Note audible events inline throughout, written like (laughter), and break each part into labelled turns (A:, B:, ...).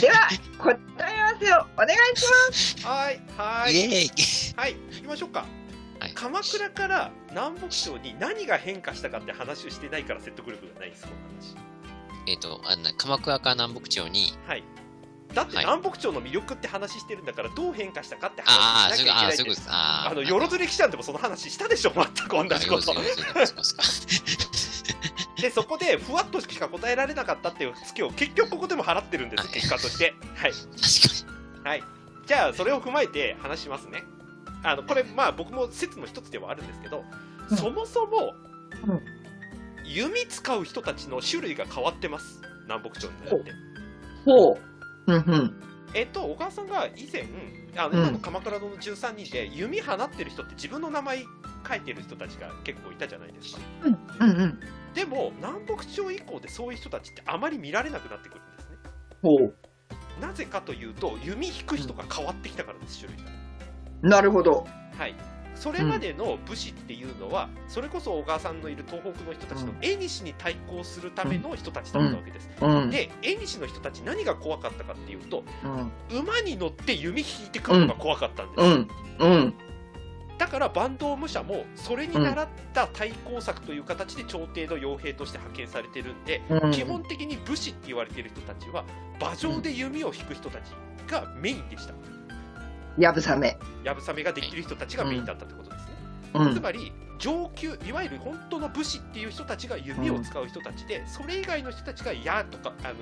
A: では、答え合わせをお願いします。
B: はいはい
C: イエーイ
B: はい行きましょうか、
C: はい
B: 鎌倉から南北朝に何が変化したかって話をしてないから説得力がないですこの話
C: えっ、と、あの、鎌倉から南北町に、
B: はいだって
C: はい
B: 南北朝の魅力って話してるんだからどう変化したかって
C: ああ、
B: 話
C: そ
B: し
C: う
B: な
C: いう
B: き
C: こ
B: ゃ
C: と、あー
B: い
C: そうい
B: けないん
C: うこと、あー
B: ですあのよろずれ記者んでもその話したでしょ全く同
C: あ
B: じこと
C: よろずれよろずれそうですか
B: でそこでふわっとしか答えられなかったっていうツケを結局ここでも払ってるんです
C: はい
B: 結果としてはい
C: 確か
B: はい、じゃあそれを踏まえて話しますねあのこれまあ僕も説の一つではあるんですけど、
A: うん
B: そもそも、
A: うん
B: 弓使う人たちの種類が変わってます南北朝になって
A: ほう。うんうん。
B: えっと小川さんが以前あの
A: うん
B: 今の鎌倉殿の13人で弓放ってる人って自分の名前書いてる人たちが結構いたじゃないですか
A: うんうん。
B: でも南北朝以降でそういう人たちってあまり見られなくなってくるんですね
A: ほう。
B: なぜかというと弓引く人が変わってきたからです種類が
A: なるほど。
B: はい、それまでの武士っていうのは、それこそ小川さんのいる東北の人たちの
A: うん
B: 縁に対抗するための人たちだったわけです。
A: うん。
B: で縁の人たち何が怖かったかっていうと
A: うん。
B: 馬に乗って弓引いてくるのが怖かったんです、
A: うん。うん。
B: だから坂東武者もそれに倣った対抗策という形で朝廷の傭兵として派遣されてるんで、
A: うん。
B: 基本的に武士って言われてる人たちは馬上で弓を引く人たちがメインでした
A: やぶさめ。
B: やぶさめができる人たちがメインだったってことですね、
A: う
B: つ
A: ん。
B: まり上級いわゆる本当の武士っていう人たちが弓を使う人たちで、それ以外の人たちが矢とかあの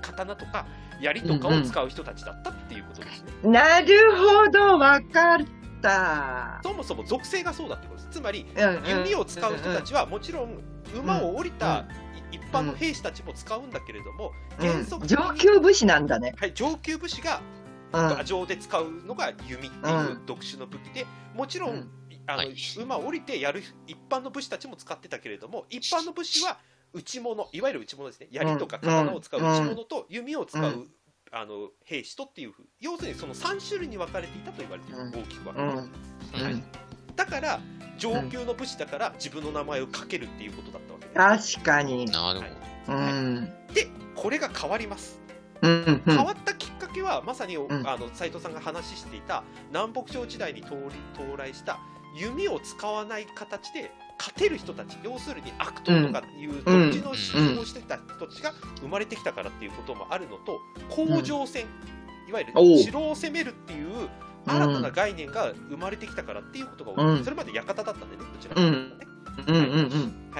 B: 刀とか槍とかを使う人たちだったっていうことですね、
A: なるほど、わかった。
B: そもそも属性がそうだってことですつまり
A: うんうん
B: 弓を使う人たちはもちろん馬を降りたい一般の兵士たちも使うんだけれども、
A: うん
B: 原則的に
A: 上級武士なんだね。
B: はい、上級武士が
A: うん。
B: 馬上で使うのが弓っていう特殊の武器で、もちろん、
A: うん
B: あの
C: はい
B: 馬を降りてやる一般の武士たちも使ってたけれども一般の武士は内物いわゆる内物ですね槍とか
A: うん
B: 刀を使う
A: うん
B: 内物と弓を使う、
A: うん
B: あの兵士とっていうふう要するにその3種類に分かれていたと言われている、
A: うん
B: 大きく分かれているんです、
C: うん
B: はいだから上級の武士だから自分の名前を書けるっていうことだったわけです
A: 確かに
C: に。。なるほど。
A: うん。
B: でこれが変わります
A: うん。うん
B: 変わったきっかけはまさに、
A: ん
B: あの斉藤さんが話していた南北朝時代に到到来した弓を使わない形で勝てる人たち要するに悪党とかいう
A: うん
B: 独自の信仰をしてた人たちが生まれてきたからっていうこともあるのと工場戦、いわゆる
A: おう
B: 城を攻めるっていう新たな概念が生まれてきたからっていうことが多い、
A: うん
B: それまで館だったんでねどちらかというとね。
A: うんうん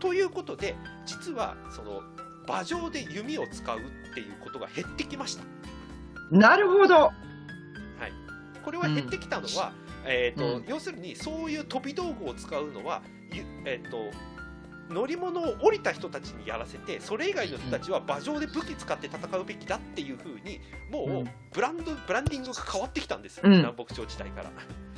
B: ということで実はその馬上で弓を使うっていうことが減ってきました。
A: うん。なるほど。
B: これは減ってきたのは、えーと
A: うん
B: 要するにそういう飛び道具を使うのは、ゆえー、と乗り物を降りた人たちにやらせてそれ以外の人たちは馬上で武器使って戦うべきだっていうふうにも
A: う
B: うんブランドブランディングが変わってきたんですよ、
A: うん
B: 南北朝時代から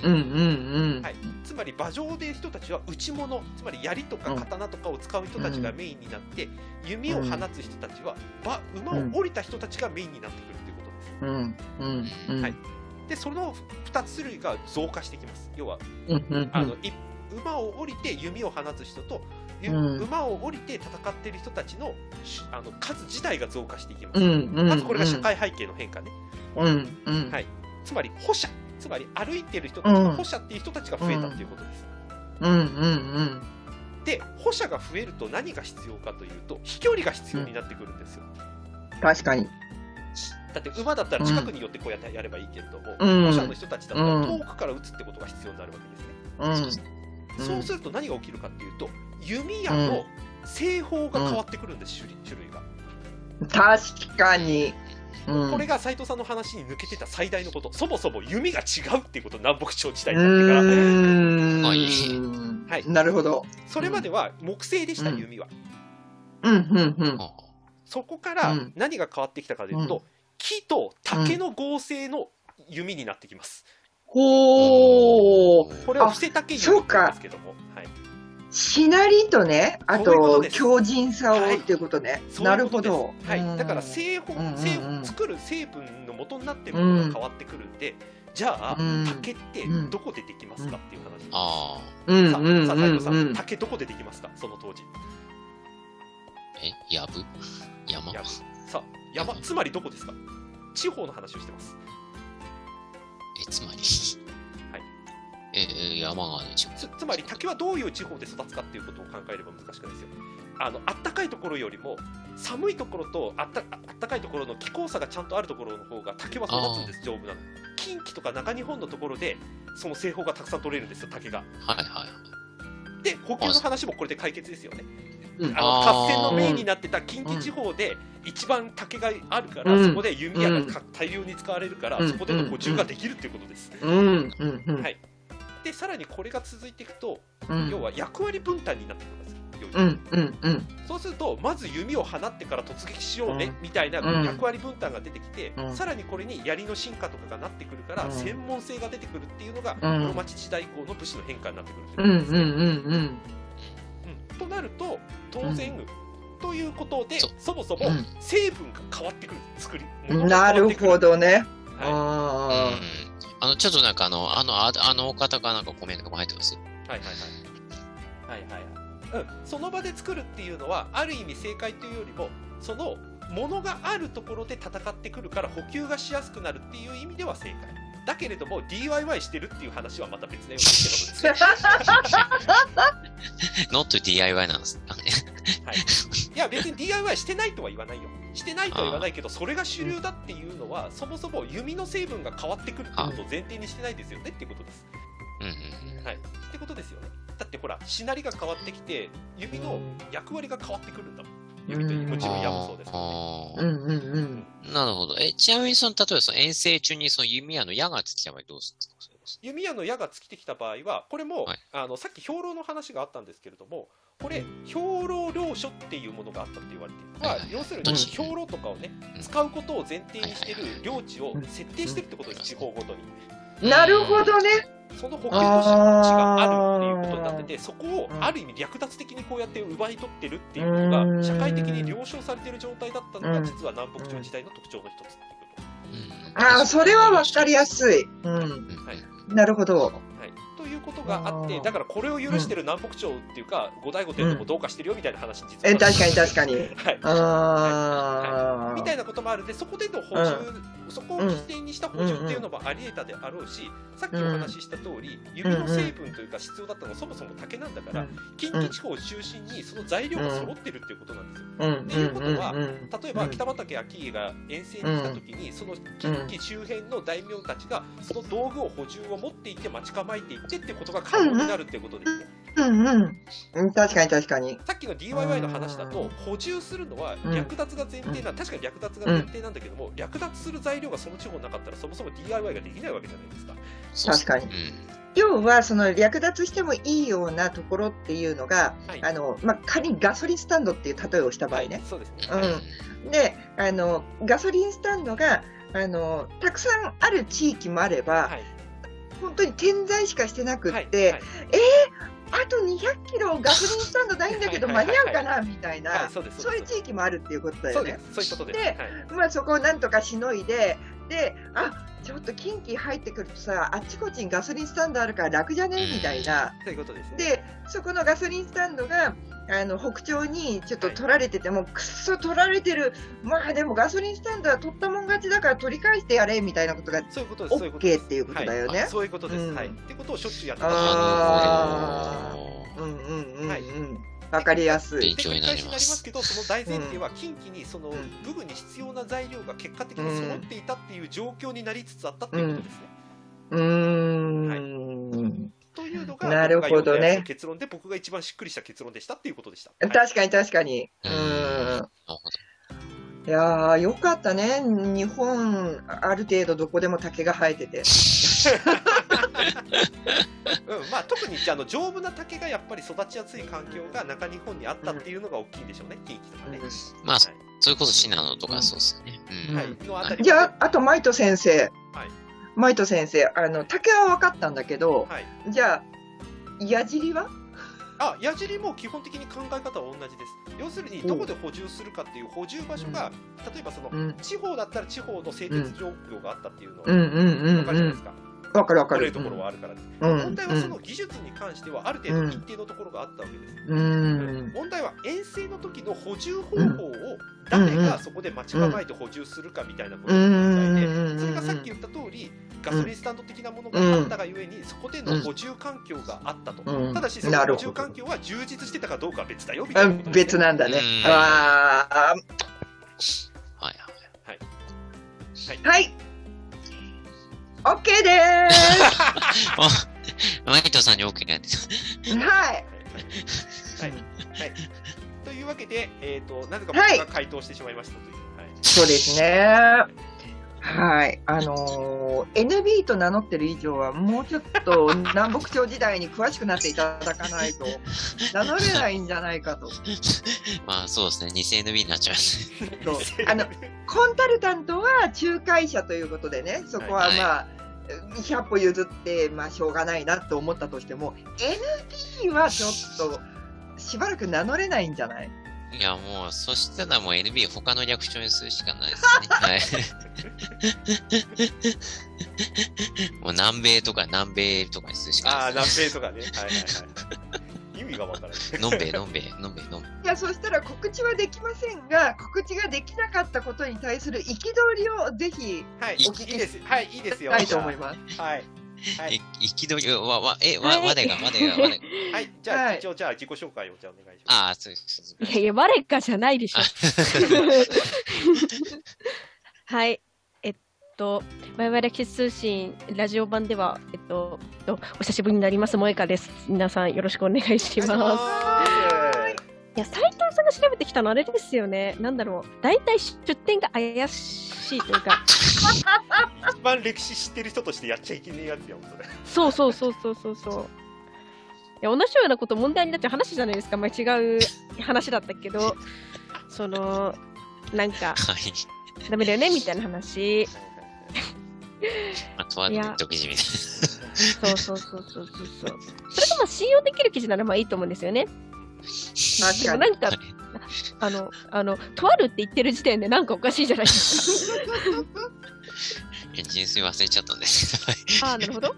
A: うんうんうん。
B: はいつまり馬上で人たちは内物つまり槍とか
A: うん
B: 刀とかを使う人たちがメインになって、弓を放つ人たちは馬馬を降りた人たちがメインになってくるっていうことです
A: うんうんうん。
B: はいでその2つ種類が増加してきます要は
A: うんうんうん。
B: あの、い馬を降りて弓を放つ人と、ゆ
A: うん
B: 馬を降りて戦っている人たちのしあの数自体が増加していきま
A: う
B: す、
A: んうんうん。
B: まずこれが社会背景の変化ね
A: うんうん。
B: はいつまり歩者つまり歩いてる人たちの歩者っていう人たちが増えたっていうことです、
A: うんうん
B: で歩者が増えると何が必要かというと飛距離が必要になってくるんですよ、
A: うん。確かに。
B: だって馬だったら近くに寄ってこうやってやればいいけれども、
A: うん
B: 歩者の人たちだったら
A: うん
B: 遠くから撃つってことが必要になるわけですね、
A: うん。
B: そうすると何が起きるかっていうと弓矢の製法が変わってくるんです、種類種類が
A: 確かに。うん
B: これが斉藤さんの話に抜けてた最大のことそもそも弓が違うっていうこと南北朝時代
A: う
B: になってから、
A: ーん。
C: は
B: はい
A: なるほど。
B: それまでは木製でした、
A: うん
B: 弓は
A: うんうんうん。
C: あ
B: そこから
A: うん
B: 何が変わってきたかというと、
A: う
B: 木と竹の合成の弓になってきます、
A: ほー。
C: ー
B: これは伏せ竹弓って言うんですけどもはい、
A: しなりとね、あ
B: そういうこと
A: と
B: です
A: 強靭さを
B: はい
A: っていうことね。
B: そう
A: ないる
B: う
A: ほ
B: ことです
A: ど。
B: は
A: う
B: い、
A: ん
B: だから製法、
A: うんうんうん
B: 製法作る成分の元になってるものが変わってくるんで、じゃあ、
A: うん
B: 竹ってどこでできますかっていう話です、
C: あ
A: うんうんうん
B: さあ、さあ、
A: う
B: 斉藤さん、
A: ん。
B: 竹どこでできますか、その当時。
C: ーえ、やぶ山
B: やぶさあ、山つまりどこですか地方の話をしてます
C: え、つまり。
B: はい。
C: えー、山川でしょ。
B: つつまり竹はどういう地方で育つかっていうことを考えれば難しくないですよあのあったかいところよりも寒いところとあったああったかいところの気候差がちゃんとあるところの方が竹は育つんです丈夫なの近畿とか中日本のところでその製法がたくさん取れるんですよ竹が
C: はいはい。
B: で補給の話もこれで解決ですよね
A: うん
B: あの合
C: あー
B: 戦のメインになってた近畿地方で一番竹があるから、
A: うん
B: そこで弓矢がか大量に使われるから、
A: うん
B: そこでの補充ができるっていうことです、
A: うんうんうん
B: はいでさらにこれが続いていくと、
A: うん
B: 要は役割分担になってくるんですよ
A: うんうんうん
B: そうするとまず弓を放ってから突撃しようね、
A: うん
B: みたいな
A: うん
B: 役割分担が出てきて、
A: うん
B: さらにこれに槍の進化とかがなってくるから、
A: うん
B: 専門性が出てくるっていうのが、
A: うん
B: 室町時代以降の武士の変化になってくるってこ
A: う
B: と
A: ん
B: です
A: う
B: ね、
A: んうん
B: うんとなると当然、ということで
C: そ
B: そもそも
C: うん
B: 成分が変わってくる作り
A: うんなるほ、どね
B: 物が変わっ
C: う
A: あ
C: ん。あの、ちょっとなんかあの、あの、ああのお方がなんかコメントが入ってます。
B: てくるはいはいはいはいはいはい、うん、その場で作るっていうのはある意味正解というよりもそのものがあるところで戦ってくるから補給がしやすくなるっていう意味では正解だけれども DIY してるっていう話はまた (laughs) 別でよくってことですね
C: ノット DIY なんです。あのね
B: いや別に DIY してないとは言わないよしてないとは言わないけどそれが主流だっていうのはそもそも弓の成分が変わってくるってことを前提にしてないですよねっていうことです
C: うんうんうん。
B: はいってことですよねだってほらしなりが変わってきて弓の役割が変わってくるんだもん弓というもちろん矢もそうですけどね
C: あ
A: う
C: ー
A: んうんうん
C: なるほど。え、ちなみにその、例えばその遠征中にその弓矢の矢がつきた場合どうするんですかそれこそ
B: 弓矢の矢が尽きてきた場合はこれも、
C: はい
B: あのさっき兵糧の話があったんですけれどもこれ兵糧領書っていうものがあったって言われている、まあ
C: はいはい
B: 要する
A: う
B: に
A: ん
B: 兵糧とかをね
C: うん
B: 使うことを前提にして
C: は
B: る
C: いはいはい
B: 領地を設定してるってことです地
C: うん
B: 方ごとに
A: なるほどね
B: その補給の地があるっていうことになっててそこをある意味略奪的にこうやって奪い取ってるっていう
A: う
B: の
A: ん
B: が社会的に了承されてる状態だったの
A: う
B: が
A: ん
B: 実は南北朝時代の特徴の一つっていうこと
C: うん
A: ああそれはわかりやすいうん
C: うん
B: はい
A: なるほど
B: はい、ということがあって
A: あー
B: だからこれを許してる南北朝っていうか後醍醐天皇もどうかしてるよみたいな話に実は
A: え確かに確かに
B: はい、
A: あ
B: みたいなこともあるんでそこでの補充、そこを起点にした補充っていうのもあり得たであろうし、さっきお話しした通り、指の成分というか必要だったのはそもそも竹なんだから、
A: うん
B: 近畿地方を中心にその材料が揃ってるっていうことなんですよ。
A: あって
B: いうことは
A: うん
B: 例えば北畠顕家が遠征に来た時にその近畿周辺の大名たちがその道具を補充を持っていって待ち構えていってってことが可能になるっていうことですね。
A: うんうんうん確かに確かに
B: さっきの DIY の話だと補充するのは
A: うん
B: 略奪が前提な、確かに略奪が前提なんだけども、略奪する材料がその地方なかったらそもそも DIY ができないわけじゃないですか。
C: そうそう
A: 確かに
C: うん
A: 要はその略奪してもいいようなところっていうのが
B: はい
A: あの、まあ、仮にガソリンスタンドっていう例えをした場合ね、
B: そうですね。
A: うんであのガソリンスタンドがあのたくさんある地域もあれば、
B: はい。
A: 本当に点在しかしてなく
B: はい
A: って、
B: はい
A: あと200キロガソリンスタンドないんだけど間に合うかなみたい
B: は
A: ない
B: そうです
A: そういう地域もあるっていうことだよ
B: そう
A: ね
B: で。す。そういうことです。
A: で
B: はい
A: まあ、そこをなんとかしのいでであちょっと近畿入ってくるとさあっちこっちにガソリンスタンドあるから楽じゃねみたいな。
B: そういうことですね。
A: でそこのガソリンスタンドがあの北朝にちょっと取られてて、もうくっそ取られてるまあでもガソリンスタンドは取ったもん勝ちだから取り返してやれみたいなことが
B: そういうことです。そういうことで
A: OK
B: す
A: っていうことだよ
B: はい
A: ね。
B: そういうことです。
A: うん
B: はい。ってことをしょっちゅうやってた。
A: あー
C: おー
A: うんうんうんうん、
B: はい
A: わかりやすい。
C: 勉強になり
B: 繰り返しに
C: ま
B: なります
C: す。
B: けど、その大前提は近畿にその
A: うん
B: 武具に必要な材料が結果的に揃っていたっていう状況になりつつあったっていうことですね。
A: うーん、
B: というのが
A: なるほどね
B: 僕が読んだやつの結論で僕が一番しっくりした結論でしたっていうことでした。はい
A: 確かに確かに。う
C: うん
A: ーん
C: なるほど
A: いやーよかったね日本ある程度どこでも竹が生えてて。
B: うんまあ、特にじゃああの丈夫な竹がやっぱり育ちやすい環境が中日本にあったっていうのが大きいんでしょうね、近畿とかね。
C: まあ、
B: はい
C: それこそシナノと
A: うん
C: かそうですよね。うん。
B: は
A: う
B: い
A: ん、
B: のあたり
A: じゃああとマイト先生。
B: はい
A: マイト先生あの竹は分かったんだけど、
B: はい、
A: じゃあ矢尻は
B: あ矢尻も基本的に考え方は同じです。要するにどこで補充するかっていう補充場所が、例えばその
A: うん
B: 地方だったら地方の製鉄状況があったっていうのは
A: うんうんう
B: わ
A: ん
B: か
A: う
B: るじゃないで
A: ん
B: すか。
A: わかるわか
B: 取れる
A: る。
B: ところはあるからです、
A: うん
B: 問題はその技術に関してはある程度一定のところがあったわけです、
A: うんうん
B: 問題は遠征の時の補充方法を誰がそこで待ち構えて補充するかみたいなこと
A: う
B: が
A: ん
B: 問
A: う
B: 題で
A: ん
B: それがさっき言った通りガソリンスタンド的なものがあったがゆえにそこでの補充環境があったと
A: うん
B: ただしその
A: なる
B: 補
A: ほど
B: 充環境は充実してたかどうかは別だよみた
A: あ
B: いなことですね
A: 別なんだね
C: うん。
A: ああ
C: はいはい。
A: はい。オッケーで
C: あマイトさんに OK がやって (laughs) た。
A: ーす。はい。
B: はいはいというわけでえっとなぜか僕が回答してしまいましたというはい
A: そうですね。はい。あのー NB と名乗ってる以上は、もうちょっと南北朝時代に詳しくなっていただかないと、名乗れないんじゃないかと。
C: まあそうですね。偽 NB になっちゃいますね。
A: そうあのコンサルタントは仲介者ということでね、そこは
C: はい
A: まあ、100歩譲って、まあ、しょうがないなと思ったとしても、NB はちょっと、しばらく名乗れないんじゃない
C: いやもう、そしたらもう NB 他の略称にするしかないですね。はい。
A: (laughs)
C: (laughs) もう南米とか南米とかにするし
B: (laughs) ああ
C: かないで
B: 南米とかねはいはいはい意味がわからない
C: すね。のんべいのんべいのんべいのんべい。
A: いや、そしたら告知はできませんが、告知ができなかったことに対する憤りをぜひ、
B: はい
C: い
B: お聞きですはいいいですよ
A: ないと思います。
B: はいはい
C: え、行きどり、わ、わ、え、わ、
D: はい
C: わでが、わでが、わで
A: (laughs)
C: が。
B: はい、じゃあ、
A: はい
B: 一応、じゃあ、自己紹介をじゃあお願いします。
C: ああ、そうです。
D: いやいや、我かじゃないでしょ
C: あ。
D: (laughs) はい。えっと、まいまい歴史通信ラジオ版では、えっと、えっとお久しぶりになります、萌香です。皆さん、よろしくお願いします。いや、斉藤さんが調べてきたのあれですよね。なんだろう。大体出典が怪しいというか、
B: 一番歴史知ってる人としてやっちゃいけねえやつやん、それ。
D: そうそうそうそうそうそう。いや同じようなこと問題になってる話じゃないですか、まあ、違う話だったけど、その、なんか、
C: はい。
D: ダメだよねみたいな話。
C: まあ、とある
D: いや
C: 時々みたい
D: そうそうそうそうそうそう。それがまあ信用できる記事ならまあいいと思うんですよね。
A: 確
D: で
A: か
D: も
A: に
D: な。んか、あの、あの、とあるって言ってる時点でなんかおかしいじゃない (laughs) です
C: な。いや人生忘れちゃったんですけど。はい
D: か。ああ、なるほど。ま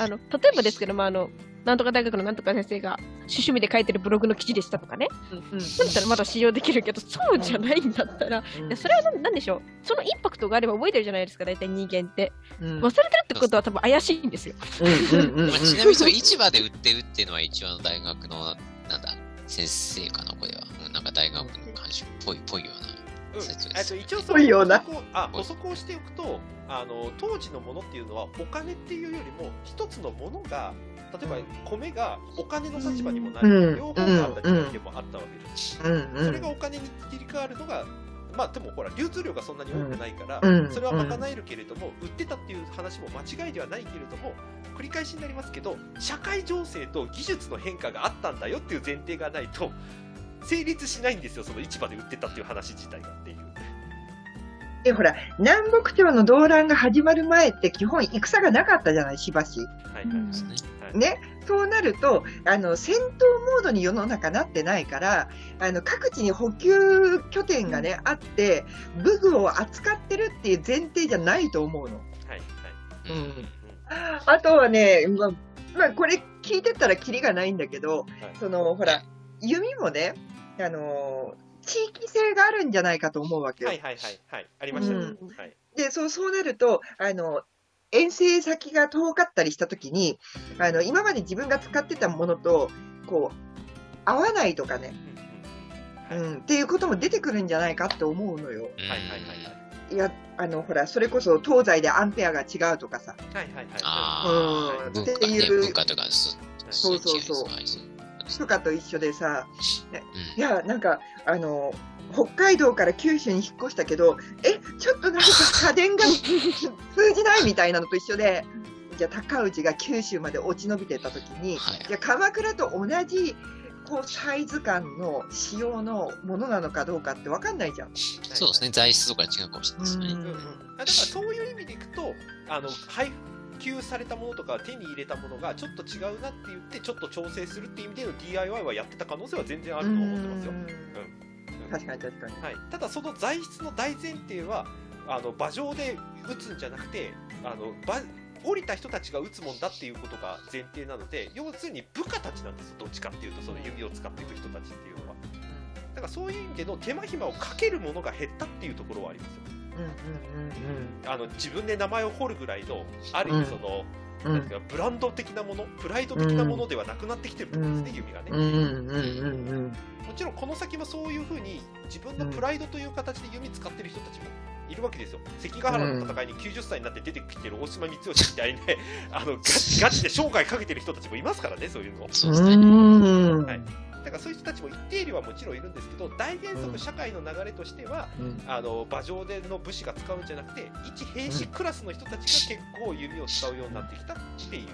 D: あ、あの、例えばですけど、まあ、あの、なんとか大学のなんとか先生が趣味で書いてるブログの記事でしたとかね。
A: うん
D: だったらまだ信用できるけど、そうじゃないんだったら、いやそれはなんなんでしょう。そのインパクトがあれば覚えてるじゃないですか、大体人間って。
A: うんうん
D: 忘れてるってことは多分怪しいんですよ。
A: うんうんうん
C: ま (laughs) あ、ちなみに、その市場で売ってるっていうのは、一応あの大学の、なんだ、先生かな、これは。うんなんか大学の監修っぽい、ぽいような。
B: うん
C: そうです
B: えっと一応そ
A: ぽいよう
B: の
A: な
B: 補足をあ補足をしておくとあの当時のものっていうのはお金っていうよりも一つのものが例えば米がお金の立場にもなり、
A: うん
B: 両方があった時代でもあったわけです、
A: うんう
B: それが
A: ん
B: お金に切り替わるのがまあでもほら流通量がそんなに多くないから、
A: うん
B: それは賄えるけれども、売ってたっていう話も間違いではないけれども繰り返しになりますけど社会情勢と技術の変化があったんだよっていう前提がないと成立しないんですよその市場で売ってたっていう話自体がっていう。
A: でほら南北朝の動乱が始まる前って基本戦がなかったじゃないしばし
B: はいはい
D: うん
C: ですね。
A: ね、そうなるとあの戦闘モードに世の中なってないからあの各地に補給拠点が、ね、あって武具を扱ってるっていう前提じゃないと思うの。
B: はいはい
A: うん
B: うん
A: あとはね、まあまあ、これ聞いてたらキリがないんだけど、
B: はい
A: そのほら弓もね、あのー地域性があるんじゃないかと思うわけよ。
B: はいはいはいはいありましたね。
A: うん
B: はい
A: でそうそうなるとあの遠征先が遠かったりした時にあの今まで自分が使ってたものとこう合わないとかね、
B: うん
A: う
B: うんはい
A: ん、っていうことも出てくるんじゃないかって思うのよ。
C: うん
B: はいはいはいはい
A: いやあのほらそれこそ東西でアンペアが違うとかさ、
B: はいはいはい
C: あ
A: う
C: あ、
A: ん
C: 文
A: って
C: 化ね、
A: いう
C: 文化とか、そ
A: そうそうそう
C: 違いですね
A: とかと一緒でさ
C: うん
A: いやなんかあの北海道から九州に引っ越したけどえちょっとなんか家電
B: (laughs)
A: が通じないみたいなのと一緒でじゃあ高氏が九州まで落ち延びてた時に
C: はい
A: いや鎌倉と同じこうサイズ感の仕様のものなのかどうかって分かんないじゃん。
C: そうですね、材質とか違うかもしれないですね。
A: うん
B: うんうんあだからそういう意味でいくとあの配給されたものとか手に入れたものがちょっと違うなって言ってちょっと調整するっていう意味での DIY はやってた可能性は全然あると思ってますよ
A: う。ん
B: うん
A: 確かに確かに。
B: はい、ただその材質の大前提はあの馬上で打つんじゃなくてあの馬降りた人たちが打つもんだっていうことが前提なので要するに部下たちなんですよどっちかっていうとその弓を使っていく人たちっていうのはだからそういう意味での手間暇をかけるものが減ったっていうところはありますよあの自分で名前を彫るぐらいのある意味そ
A: う
B: の、
A: ん
B: なんていうかブランド的なものプライド的なものではなくなってきてるんですね、
A: うん
B: 弓がね、
A: うんうんうんうん
B: もちろんこの先もそういうふうに自分のプライドという形で弓使ってる人たちもいるわけですよ関ヶ原の戦いに90歳になって出てきてる大島光義みたいにねあのガ
A: (laughs)
B: チガチで生涯かけてる人たちもいますからねそういうのを
C: そううですね。
A: ん
B: はいだからそういう人たちも一定量はもちろんいるんですけど大原則社会の流れとしては、あの馬上での武士が使うんじゃなくて一兵士クラスの人たちが結構弓を使うようになってきたっていう
C: う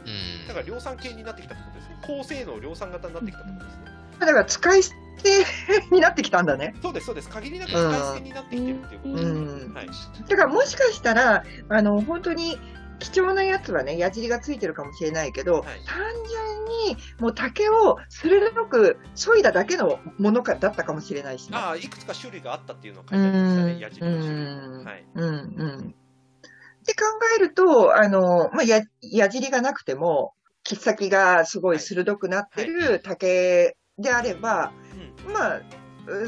B: だ
C: ん
B: から量産系になってきたってことですね高性能量産型になってきたってことですね
A: だから使い捨てになってきたんだね
B: そうですそうです限りなく使い捨てになってきてるっていうことですね、
A: うん
B: はい
A: だからもしかしたらあの本当に貴重なやつはね矢尻がついてるかもしれないけど、
B: はい
A: 単純にもう竹を鋭く削いだだけのものかだったかもしれないしね、
B: ああいくつか種類があったっていうのを書
A: う
B: いてありました
A: ん
B: ね矢印
A: う
B: の種類
A: ん
B: はい
A: うんうんって考えるとあの、まあ、や矢尻がなくても切っ先がすごい鋭くなってる竹であれば、まあうん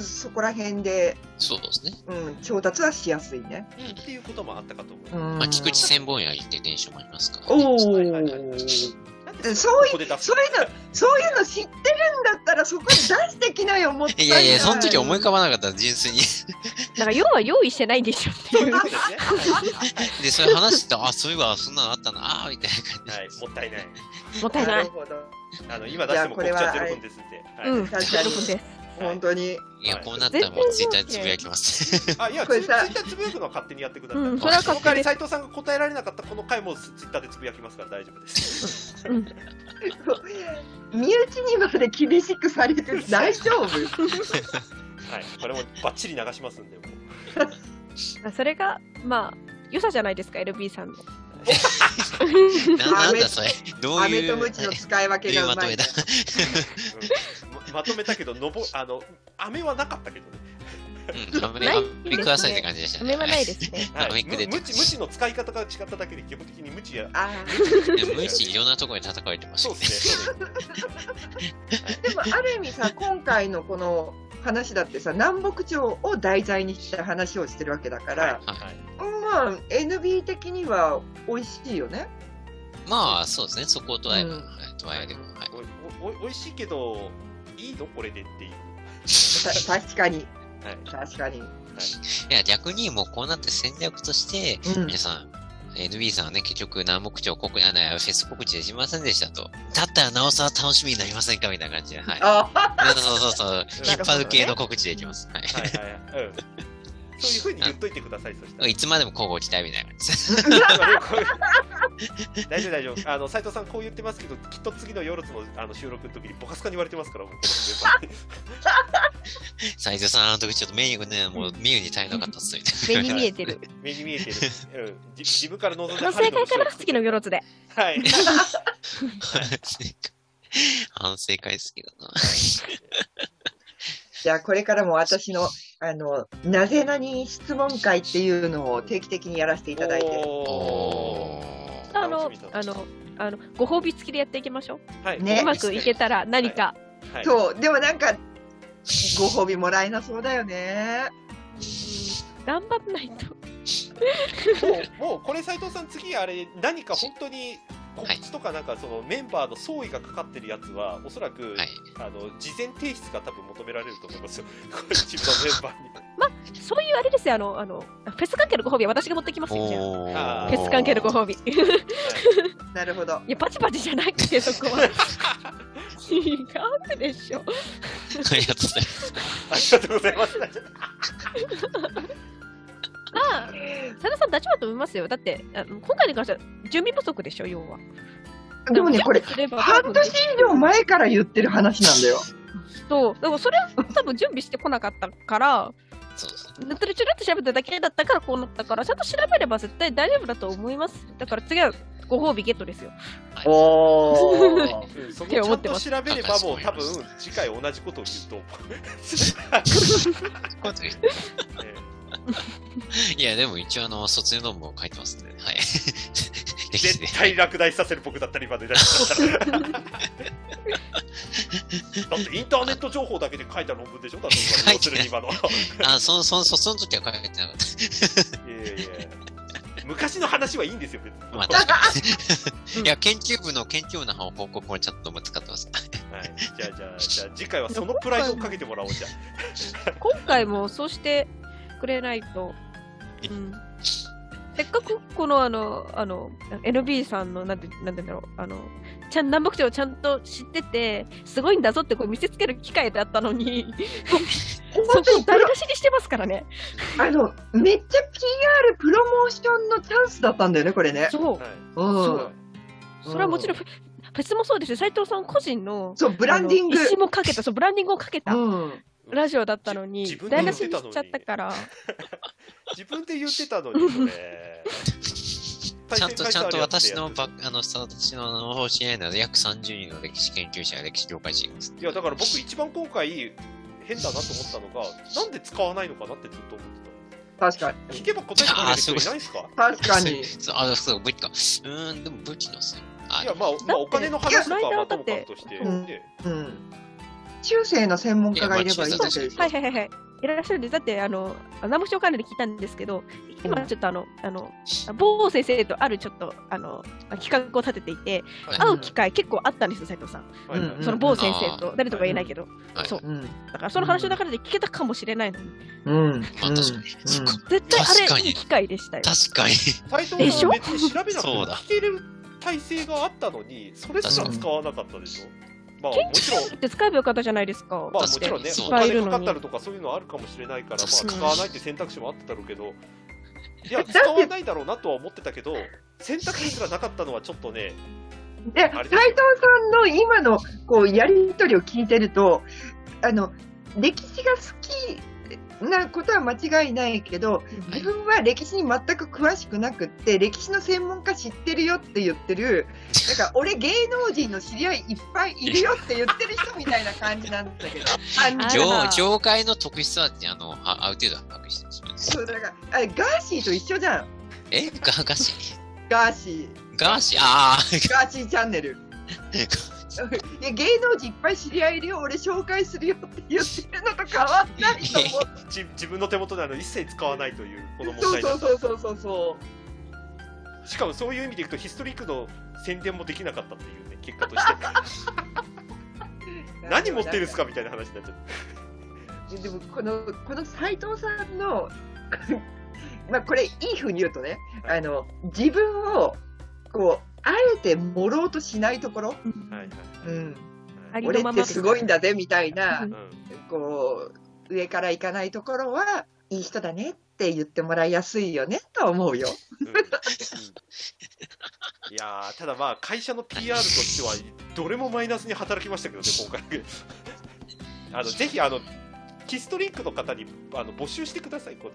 A: そこら辺で、
C: そうですね。
A: うん、調達はしやすいね。
B: うん、っていうこともあったかと思います、
A: ま
C: まあ、菊池千本やりって現象もありますから、ね。
A: お
B: はいはいはい
A: ー
B: なん
A: で
B: で
A: そうい
B: ここで出す
A: そういうの、そういうの知ってるんだったら、そこに出してきなよ、もったいないい。
C: やいや、その時思い浮かばなかった、純粋に。
D: だから要は用意してないんでしょって
B: そう
D: い
B: いうう。ことですね
C: (laughs) で、それ話してた、あ、そういえば、そんなのあったな、あーみたいな感じ
B: は
C: で。
B: い、もったいない
D: もったいな
A: なる
D: い。
A: ほど。
B: あの今出してもこっち
A: じゃあ
B: は
A: これは
B: 0分ですんで、はい
D: うん。
A: 確
D: 喜
A: かに
D: ぶです。
A: 本当に。 (laughs)
C: いや、こうなったらもうツイッターでつぶやきます。
B: あいや
A: こ
B: ツ
A: れ
B: イツイ
A: さ
B: ッターでつぶやくのは勝手にやってください、
D: うん
B: そ
D: それは
B: の
D: 勝
B: 代わ
D: 手
B: り
D: です
B: 斎藤さんが答えられなかったこの回もツイッターでつぶやきますから大丈夫です
A: 身内にまで厳しくされてる大丈夫
B: はいこれもバッチリ流しますんでもう
D: まあそれがまあ良さじゃないですか LB さんの。
C: ななんだそれ。どう
A: アメ
C: い
A: と
C: う。
A: ムチの使い分けがうまいね。
B: ままとめたけどのぼあの飴はなかったけどね
C: うん、アメ、アメくださいって感じでしたね。
D: 夢はないで
B: (laughs)
D: すね。
C: アメ
B: い、
C: くで。
B: む無知無知の使い方が違っただけで基本的に無知や
A: あ
C: 無知いろんなところで叩かれてまし
B: そ
C: た
B: う
C: ね
B: で。すね
A: ーでもある意味さ今回のこの話だってさ南北朝を題材にした話をしてるわけだか
B: はい
A: ら、まあ NB 的には美味しいよね。
C: まあ、そうですね。そこを捉えば、
A: うん
C: はい捉えれば。はい。
B: おおおおいしいけどいいのこれでっていう
A: た確かに
B: はい
A: 確かに。
C: いや、逆にもうこうなって戦略として、
A: うん
C: 皆さん、NB さんはね、結局南北朝国、あ、ね、フェス告知でしませんでしたと。だったらなおさら楽しみになりませんかみたいな感じで。はい。
A: あ
C: そうそうそうそう。引っ張る系の告知でいきます。はい。
B: はいはいはい、うん、そういうふうに言っといてくださいそしたら
C: いつまでも交互期待みたいな感じ (laughs) です。
B: 大丈夫大丈夫あの斉藤さんこう言ってますけどきっと次の夜のあの収録の時にボカスカに言われてますからもうこのメンバーに
C: 斉藤さん、あの時ちょっとメニューね、もうメニューに足りなかったっすみたいな。
D: 目に見えてる。
B: 目に見えてる、うん、じ自分から望ん
D: この
B: だ (laughs)
D: 正
B: 針の
D: 解
B: 後
D: か
B: ろ
D: ら次のギョロツで。
B: はい
C: 反省会。 (laughs) 反省会好きだな。
A: じゃあこれからも私のあのなぜなに質問会っていうのを定期的にやらせていただいて、
B: お
C: ー
D: あの
B: 楽しみだ
D: あのあのご褒美付きでやっていきましょう。
B: ーはい、
A: ね
D: うまくいけたら何か。
B: はい
A: そうでもなんかご褒美もらえなそうだよね。
D: 頑張んないと。
B: もうもうこれ斉藤さん次あれ何か本当に告知とかなんかそのメンバーの総意がかかってるやつはおそらく、
C: はい。
B: あの事前提出が多分求められると思いますよこっちのメンバーに (laughs)
D: そういうあれですよあのあのフェス関係のご褒美は私が持ってきますよ。じゃあ
C: お
B: あ
D: フェス関係のご褒美。 (laughs) い
A: なるほど。
D: やパチパチじゃないけどそこは。 (laughs) 違うでしょ。
C: ありがとうございます。
B: ありがとうございます
D: まあ佐田さん大丈夫だと思いますよ。だってあの今回に関しては準備不足でしょ要は。
A: でもねこれ
D: 準備すれば
A: 半年以上前から言ってる話なんだよ。
D: そうだからそれは多分準備してこなかったから
C: そうですね。
D: ネットでちょろっと調べただけだったからこうなったからちゃんと調べれば絶対大丈夫だと思いますだから次はご褒美ゲットですよ
C: (laughs)
A: お
B: (laughs)
C: ー
B: うんそこ
D: て
B: ちゃ
D: 思
B: ん
D: って
B: と
D: ます
B: 調べればもう多分次回同じことを言うと思
C: こういう時
B: うね
C: (laughs) いや、でも一応あの、卒業論文を書いてますんで、はい。できて
B: 絶対落第させる僕だったら今でだったらだってインターネット情報だけで書いた論文でしょだって今要するに今のい
C: あそのそのそその時は書いてなかっ
B: やいやいや昔の話はいいんですよ別に、
C: た。まあ確かに。いや、研究部の研究部の報告もちゃんと使って
B: (laughs)
C: ます。
B: はい、じゃあじゃあじゃあ次回はそのプライドをかけてもらおうじゃあ
D: 今回もそうしてくれないと、うん、せっかくこのあのあの NB さんのなんてなんて言うんだろうあのちゃん南北朝をちゃんと知っててすごいんだぞってこう見せつける機会だったのにそ
A: 本
D: こ
A: 当
D: を
A: に
D: 誰かしにしてますからね
A: あの、めっちゃ PR プロモーションのチャンスだったんだよね、これね。
D: そう
B: はい
A: うん
B: そう
D: それはもちろんフェスもそうですし斉藤さん個人の
A: そう、ブランディング
D: あの。一致もかけたそうブランディングをかけた、
A: うん。
D: ラジオだったのに
B: 自分で
D: 台
B: 言っ
D: 無してに
B: た
D: し
B: のに
D: ちゃったから
B: 自分で言ってたのにそれ
C: ちゃんと、ちゃんと私の
B: ば
C: ば、あの、私の方針で約30人の歴史研究者や歴史業界人です。
B: いやだから僕一番今回変だなと思ったのがなんで使わないのかなってずっと思って
A: 確かに。
B: た聞けば答えてくれる人いないですか
A: 確かに。
C: そうあ、そう、武器か。うーん、でも武器のせい。あ
B: いや、まあ、まあ、お金の話とかはまあともかくとして、
A: うん
B: ね
A: うん。中世の専門家がいればいいわけでしょ
D: はいはいはいはい。いらっしゃるんです。だって、あの、南北朝関連で聞いたんですけど、今ちょっとあの、あの、某先生とあるちょっと、あの、企画を立てていて、
B: はい
D: 会う機会結構あったんですよ、斉藤さん。
B: はいはい
A: うん
D: その某先生
C: あ
D: と、誰とか言えないけど。
C: はい
D: そう。
A: うん。
D: だから、その話の中で聞けたかもしれないのに。
A: うん。
C: まあ確かに。そっか
D: 絶対
C: 確
D: あ
C: か
D: れ、
C: に
D: いい機会でしたよ。
C: 確かに。
B: 斎藤
D: で
B: さ
D: し
B: ん
D: ょ
B: は別に調べなくて
C: そ
B: も
C: うだ
B: 聞ける体制があったのに、それすら使わなかったでしょ。まあ、もちろん、
D: で、使えばよかったじゃないですか。
B: まあ、も
C: 確か
B: ち
C: に
B: ろんね、
C: そう
B: お金かかったりとかそういうのはあるかもしれないから、まあ、
C: 確か
D: に
B: 使わないって選択肢もあっただろうけど、いや、使わないだろうなとは思ってたけど、選択肢すらなかったのはちょっとね、
A: で、斉藤さんの今のこうやりとりを聞いてると、あの歴史が好きなことは間違いないけど、自分は歴史に全く詳しくなくって、歴史の専門家知ってるよって言ってる、だから俺、芸能人の知り合いいっぱいいるよって言ってる人みたいな感じなんだけど、あの
D: あら
C: (laughs) 業業界の特質は、あの、あある程度把握してしまいます
A: そ。うだからあれガーシーと一緒じゃん、
C: えガガーシ
A: ガーシ
C: ーガーシーあ
A: ー、ガーシーチャンネル。
C: あ
A: (laughs) いや芸能人いっぱい知り合いいるよ、俺紹介するよって言ってるのと変わんないと
B: (laughs)
A: 思う。
B: じ自分の手元であの一切使わないという、この問
A: そう
B: 題だ
A: そう
B: った
A: そうそうそうそ
B: しかもそういう意味でいくと、ヒストリックの宣伝もできなかったっていうね、結果として。
A: う。
B: 何持ってるんですかみたいな話になっちゃって。
A: ででもこのこの斉藤さんの (laughs) まあこれいい風に言うとね、あの自分をこうあえて盛ろうとしないところ、
B: はいはい
A: うん、
D: ありの
A: 俺
D: ま
A: っ
D: ま
A: て
D: です
A: す
D: ね
A: ごいんだぜみたいな
D: うん
A: こう上から行かないところはいい人だねって言ってもらいやすいよねと思うよ。
B: うんいやーただまあ会社の PR としてはどれもマイナスに働きましたけどね今回 (laughs) あのぜひあのキストリンクの方にあの募集してくださいこ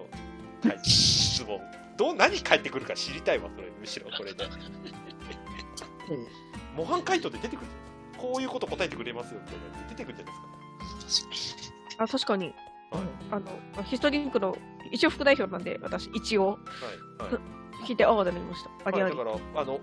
B: の、はい、質問どう何返ってくるか知りたいわそれむしろこれで模範回答で出てくるじゃないですかこういうこと答えてくれますよって出てくるじゃないですか
D: あ、確かに。
B: はい
D: あの、ヒストリンクの、一応副代表なんで、私、一応、
B: はい、はい
D: 聞いて、ああ、だめました。あり
B: ま
D: あ
B: あ、
D: り
B: だ。からあのお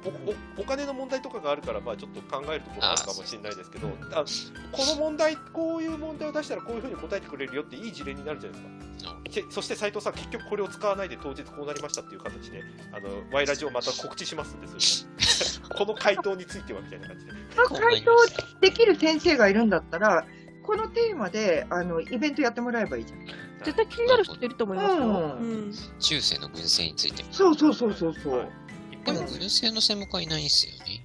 B: おお金の問題とかがあるから、まあ、ちょっと考えるところがあるかもしれないですけどあこの問題こういう問題を出したらこういうふうに答えてくれるよっていい事例になるじゃないですかけそして斉藤さん結局これを使わないで当日こうなりましたっていう形であのワイラジオまた告知しますんでそ
A: (laughs)
B: れこの回答についてはみたいな感じで
A: その回答できる先生がいるんだったらこのテーマであのイベントやってもらえばいいじゃん。
D: 絶対気になる人いると思いますよ。
A: うん
D: うん
C: 中世の軍政について。
A: そうそうそうそうそう。
B: はい
C: でも軍政の専門家はいないんですよね。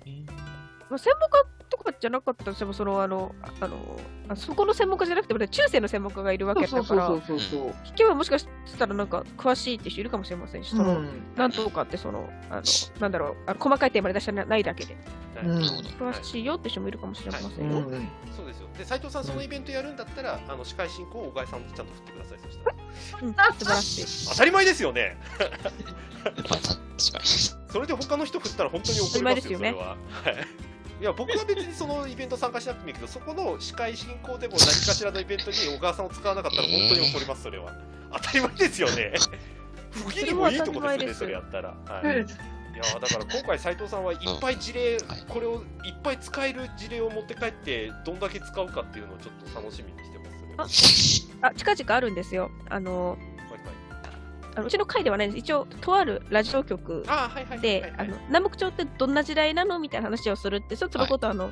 D: まあ、専門家とかじゃなかったとしても、そのあのああのあそこの専門家じゃなくても、ね、中世の専門家がいるわけ
A: そ
D: だ
A: う
D: か
A: そうそ
D: ら
A: う、そうそう。
D: 聞けばもしかしたらなんか詳しいって人いるかもしれませんし、その
A: ん。
D: なんとかってそのあの、なんだろう、あの細かいテーマで出してないだけで、
B: はい
A: うん
C: なるほど。
D: 詳しいよって人もいるかもしれませ
A: うん
D: よ。
A: ん。
B: そうですよで斉藤さんそのイベントやるんだったらあの司会進行を小川さんにちゃんと振ってくださいそしたら
D: うん、素晴らしい。
B: 当たり前ですよね
C: まあ、確かに。
B: それで他の人振ったら本当に怒りますよ、
D: 当たり
B: それは。はいいや僕は別にそのイベント参加しなくてもいいけど、そこの司会進行でも何かしらのイベントに小川さんを使わなかったら本当に怒ります、それは。当たり前ですよね。不義理もいいとこですよね、そ
D: そ
B: れ
D: れ
B: や
D: は
B: ったら。は
A: うん
B: い、いやーだから今回、斉藤さんはいっぱい事例、
C: はい
B: これをいっぱい使える事例を持って帰って、どんだけ使うかっていうのをちょっと楽しみにしてま
D: あ
B: す、ね。
D: あ近々あるんですよあの
B: はいはい
D: あのうちの会ではないんです一応とあるラジオ局
B: あーはいはいはいは
D: で
B: い、
D: あ
B: はい
D: の南北朝ってどんな時代なのみたいな話をするってちょっとのことをあの、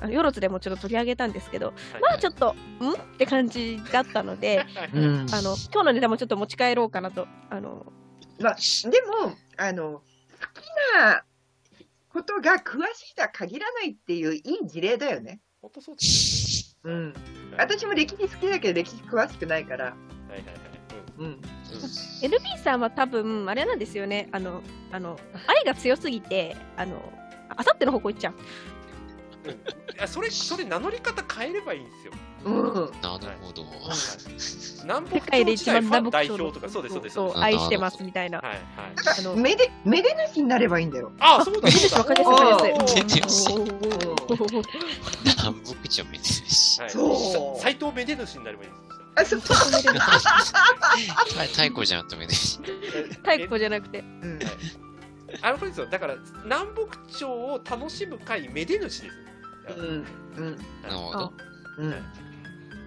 D: あのよろずでもちょっと取り上げたんですけど、
B: はい
D: まあちょっと、んって感じだったので、
C: うん
D: あの今日のネタもちょっと持ち帰ろうかなと、あの
A: まあ、でもあの好きなことが詳しいとは限らないっていういい事例だよね。
B: 本当そうです
A: うん、
B: ね。
A: 私も歴史好きだけど歴史詳しくないから、
B: はいはいはいうん
A: うん、
D: LB さんは多分あれなんですよね、あのあの愛が強すぎて、あのあさっての方向行っちゃう。
B: いやそれそれ名乗り方変えればいいんですよ。
A: うん、
C: なるほど。
B: 南北朝
D: 世界で
B: 時
D: 一
B: 代
D: 番
B: ファ
D: 南
B: ン
D: 北
B: 代
D: 朝
B: 表とかそうですそうです。
D: そ
B: そ
D: う
B: うです
D: 愛してますみたいな。
B: はいはい。
A: だ
D: あ
A: から
D: の
A: めでめで主になればいいんだよ。
B: あそうだそうだ。
D: わかり
A: やすいわかり
B: お
A: や
C: すい
B: ー
C: 出てます
D: おーおーおー
C: 南北朝めで
B: (laughs)
C: し。
B: はい
A: そう
B: 斎藤めで主になればいいんです。
A: あそう
C: 太太鼓じゃなくてめでし。
D: 太鼓じゃなくて、
A: うん
B: あのこれですよだから南北朝を楽しむ会めで主です。 (laughs)
A: うんうん
C: なるほど。
A: うん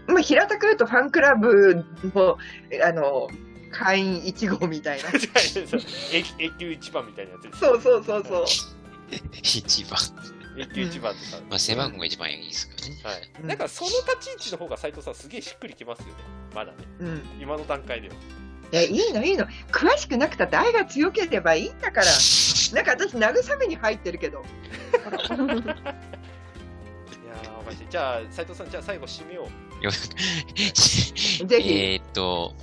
A: まあ、平たく言うとファンクラブもあの会員1号みたいな
B: 永永久一番みたいなやつで
A: (laughs)
B: す。
A: そうそうそうそう、
C: 一番。
B: 永久一番とか。
C: まあ、背番号が一番いいですけどね。
B: はい。なんかその立ち位置の方が斎藤さんすげえしっくりきますよね。まだね。
A: うん、
B: 今の段階では。
A: いやいいのいいの詳しくなくたって愛が強ければいいんだからなんか私慰めに入ってるけど
B: いやーおかしい。じゃあ斎藤さんじゃあ最後締めを。
C: (laughs) よ
A: ぜひ
C: えーっと、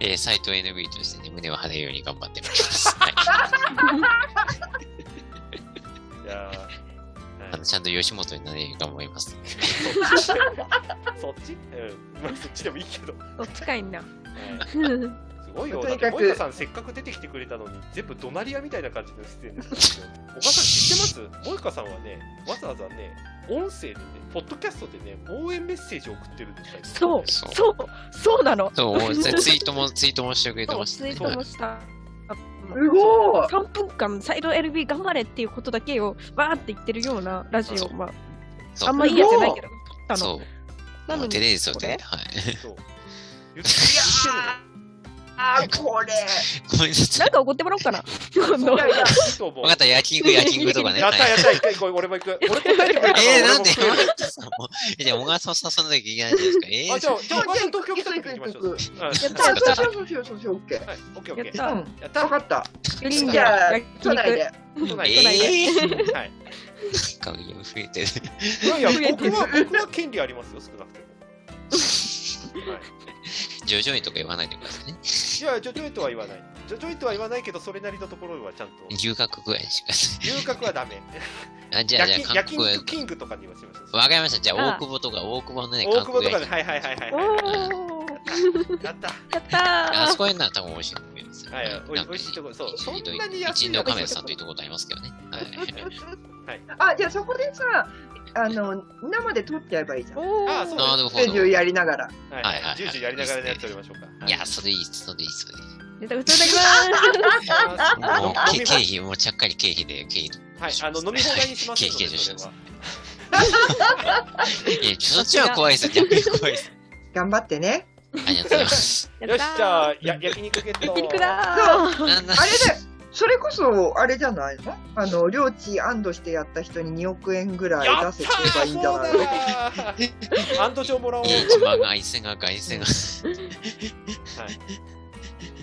C: えー、斎藤 NB としてね、胸を張れるように頑張ってまいります。はい。
B: いや
A: (laughs)
B: ー
C: あの、ちゃんと吉本になれるように頑張ります。
B: そっちうん。まあそっちでもいいけど。は
D: お近いな。
B: いすごいよ。
A: と
B: だっ
A: に
B: て、
A: かく
B: モイカさん、せっかく出てきてくれたのに、全部怒鳴り屋みたいな感じの出演ですよ。お母さん、知ってますモイカさんはね、わざわざね、音声でね、ポッドキャストでね、応援メッセージを送ってるんですよ。
D: そう、
C: そ
D: そうう、そうなの。
C: そう、ツイートも、ツイートもしてくれて
D: そ
C: ま
D: う
C: し
D: ツ
C: た
D: イ
C: ね。
D: ートもした。
A: すごい
D: 3分間、サイド LB 頑張れっていうことだけをバーって言ってるようなラジ
C: そ
D: オ、
C: う
D: ま
C: そ
D: あ、
C: う
D: あんまいいやつじゃないけど、撮ったの。
C: そう。
D: な
C: も
D: の
C: う照れ
D: に、
C: ですよ、
D: こ
C: 照
D: れ
C: れ。はい。 (laughs)
B: そう。言
A: いや
B: っ
A: ーあーこれ
C: ごめんなさ
D: ないん。か怒ってもらおうかな。
B: てるの。いやいや、いいと
C: (laughs)
B: 思う。
C: わかった、焼き肉、焼き肉とかね。
B: や
C: は
B: っ
C: い
B: たやった、一回、これ俺も行く。俺答えてくれたから
C: (laughs) えー、
B: 俺
C: なん
B: も
C: で、
B: 食える
C: マイクさん (laughs) も。え、じゃあ、小川さんを誘わなきゃいけないじゃないですか。えー、
B: あ、じゃあ、じゃ
A: じゃあ
B: あ、お母さん、東京来た時に行きましょう。うん
D: やっ
A: あそう
D: た
A: そうそうそうそうそうオッケ
B: はい、オッケーオッケ
D: や
B: ー。
A: ーう
D: っ
A: ん
B: やった
A: 分かった
D: より
A: じ
D: ん
A: ゃあ
D: 焼き
A: 都
D: 肉
A: 内で
B: 都内
D: 都内で
C: えー、
B: はい。
C: 買うよ増えてる。
B: いやいや、僕は、僕は権利ありますよ、少なくても。はい
C: 徐々にとか言わないでくださいね。
B: いや、ジョジョイとは言わない。ジョジョイとは言わないけど、それなりのところはちゃんと。
C: 牛角ぐらいにしか。 (laughs)
B: 留学はダメ。
C: あ、じゃあ、じゃ
B: 焼
C: あ、韓
B: き焼
C: 国
B: 肉キングとかにはしましょう。
C: わかりました。じゃあ、
D: あ
C: 大久保とか、大久保のね、
B: 大
C: 韓
B: 久保
C: 国
B: と
C: 焼
B: かで、
C: き
B: はいはいはいはい
D: お
B: は
D: おー、
B: い。やった。
D: やった
C: あそ
D: ー。
C: こへなら多分美味しいと思いますよ。
B: はいはいおい
C: なんか
B: 美味しいとこそう
C: 一
B: そんなに安い
C: 一二のカメラさんというところありますけどね。
B: (laughs)
C: はい。
A: あじゃあそこでさあの生で撮ってやればいいじゃん
D: お
B: あそう
D: ー
C: なるほ
A: ステージを
C: ど。い
A: やりながら
B: はい
C: はいはい
B: ジュージューやりながらやっておりましょうか。
C: や、それいい、それいい、それい
B: (laughs)
C: い。
D: ネタ、いただきま
B: はい
C: もう、
B: 飲
C: け
B: み
C: 経
B: 放
C: 費、もうちゃっかり経費で、経費。
B: はい、あの飲み放題にしますの
C: ケー
B: で、
C: キ
B: それは。
C: いや、そっちは怖いですよ。逆に怖いです。
A: 頑張ってね
C: ありがとうございます。
D: す。
B: よし、じゃ
D: あ、
B: あ、や焼肉ゲット。
D: 焼肉だー。
C: なんだ
A: あれだよそれこそあれじゃないのあの領地安堵してやった人に2億円ぐら
B: や
A: い
B: った
A: 出せてれば
B: ー
A: いい
B: そ
A: ん
B: う
A: じゃ
B: だ
A: ない
B: ーアンド状もらおう。
C: いい一番が、い線が、外線が。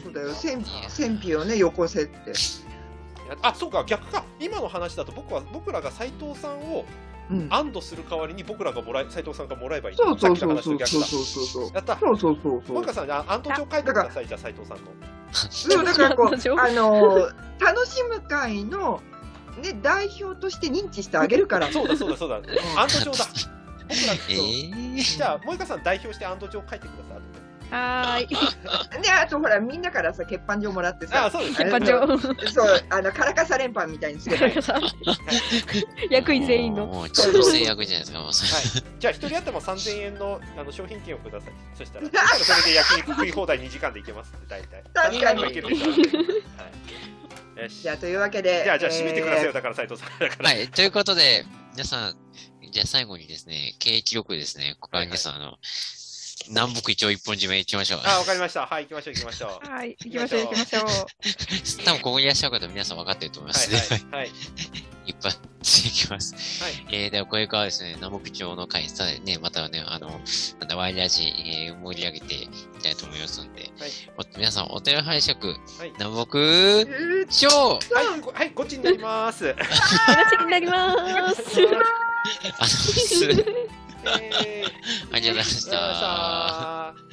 A: そうだよ戦戦費をねよこせって、
B: あ、そうか、逆か。今の話だと、僕は、僕らが斎藤さんを
A: うん、
B: 安堵する代わりに、僕らがもらえ、斎藤さんがもらえばいい。
A: そうそう
B: さ
A: そう
B: っき
A: そうそう
B: の話と逆だ
A: そうそうそう
B: やった。
A: そうそうそうそ
B: も
A: う
B: うかさん、あ安藤町書いてください、じゃあ、斉藤さんの。
A: そうだからこう
D: 情報
A: あのー楽しむ会のね代表として認知してあげるから
B: そうだ、そうだ、そうだ。安
A: (laughs)
B: 藤町だ。僕ら
C: え
B: そう
C: え。
B: じゃあ、もえかさん代表して安藤町書いてください。後で
D: はー (laughs) い。
A: であとほらみんなからさ欠板状もらって
B: あ
A: さ
B: あ、そうです
A: あ
B: ね。
A: れ
D: 課長。
A: (laughs)
D: (laughs)
A: そうあのカラカサ連番みたいにすればいい
D: 役員全員の。
C: もう、ちょっと制約じゃないですか、もうそれ。
B: はい、じゃあ、一人頭3000円のあの商品券をください。そしたら、それで焼肉食い放題2時間でいけますって、大体。
A: 確かに
B: 三人分いけるでしょはいよし
A: じゃあというわけで
B: じゃあ、じゃあ、締めてください
A: え
B: よ。だから、斉藤さん。だから、
C: はい。ということで、皆さん、じゃあ最後にですね、景気力ですね、ここから皆さん、あの、南北一応一本締め行きましょう。
B: あ、わかりました。はい、行きましょう、行きましょう。は
D: はい、行きましょう、行きましょう。
C: 多分ここにいらっしゃる方皆さん分かってると思いますね。
B: い、はい、はい。
C: 一発いきます。えー、ではこれからですね、南北町の会、さらにね、またね、あの、またワイラジ、えー、盛り上げていきたいと思いますので、お皆さんお寺拝借、
B: い
C: 南北
A: ー
C: 町
B: はい、ごはい、ゴチになります。え
D: 話になり
B: (laughs)
D: ます。
C: あの、す
B: ー
C: (laughs) ありがとうございまし。
B: ありがとうございましたた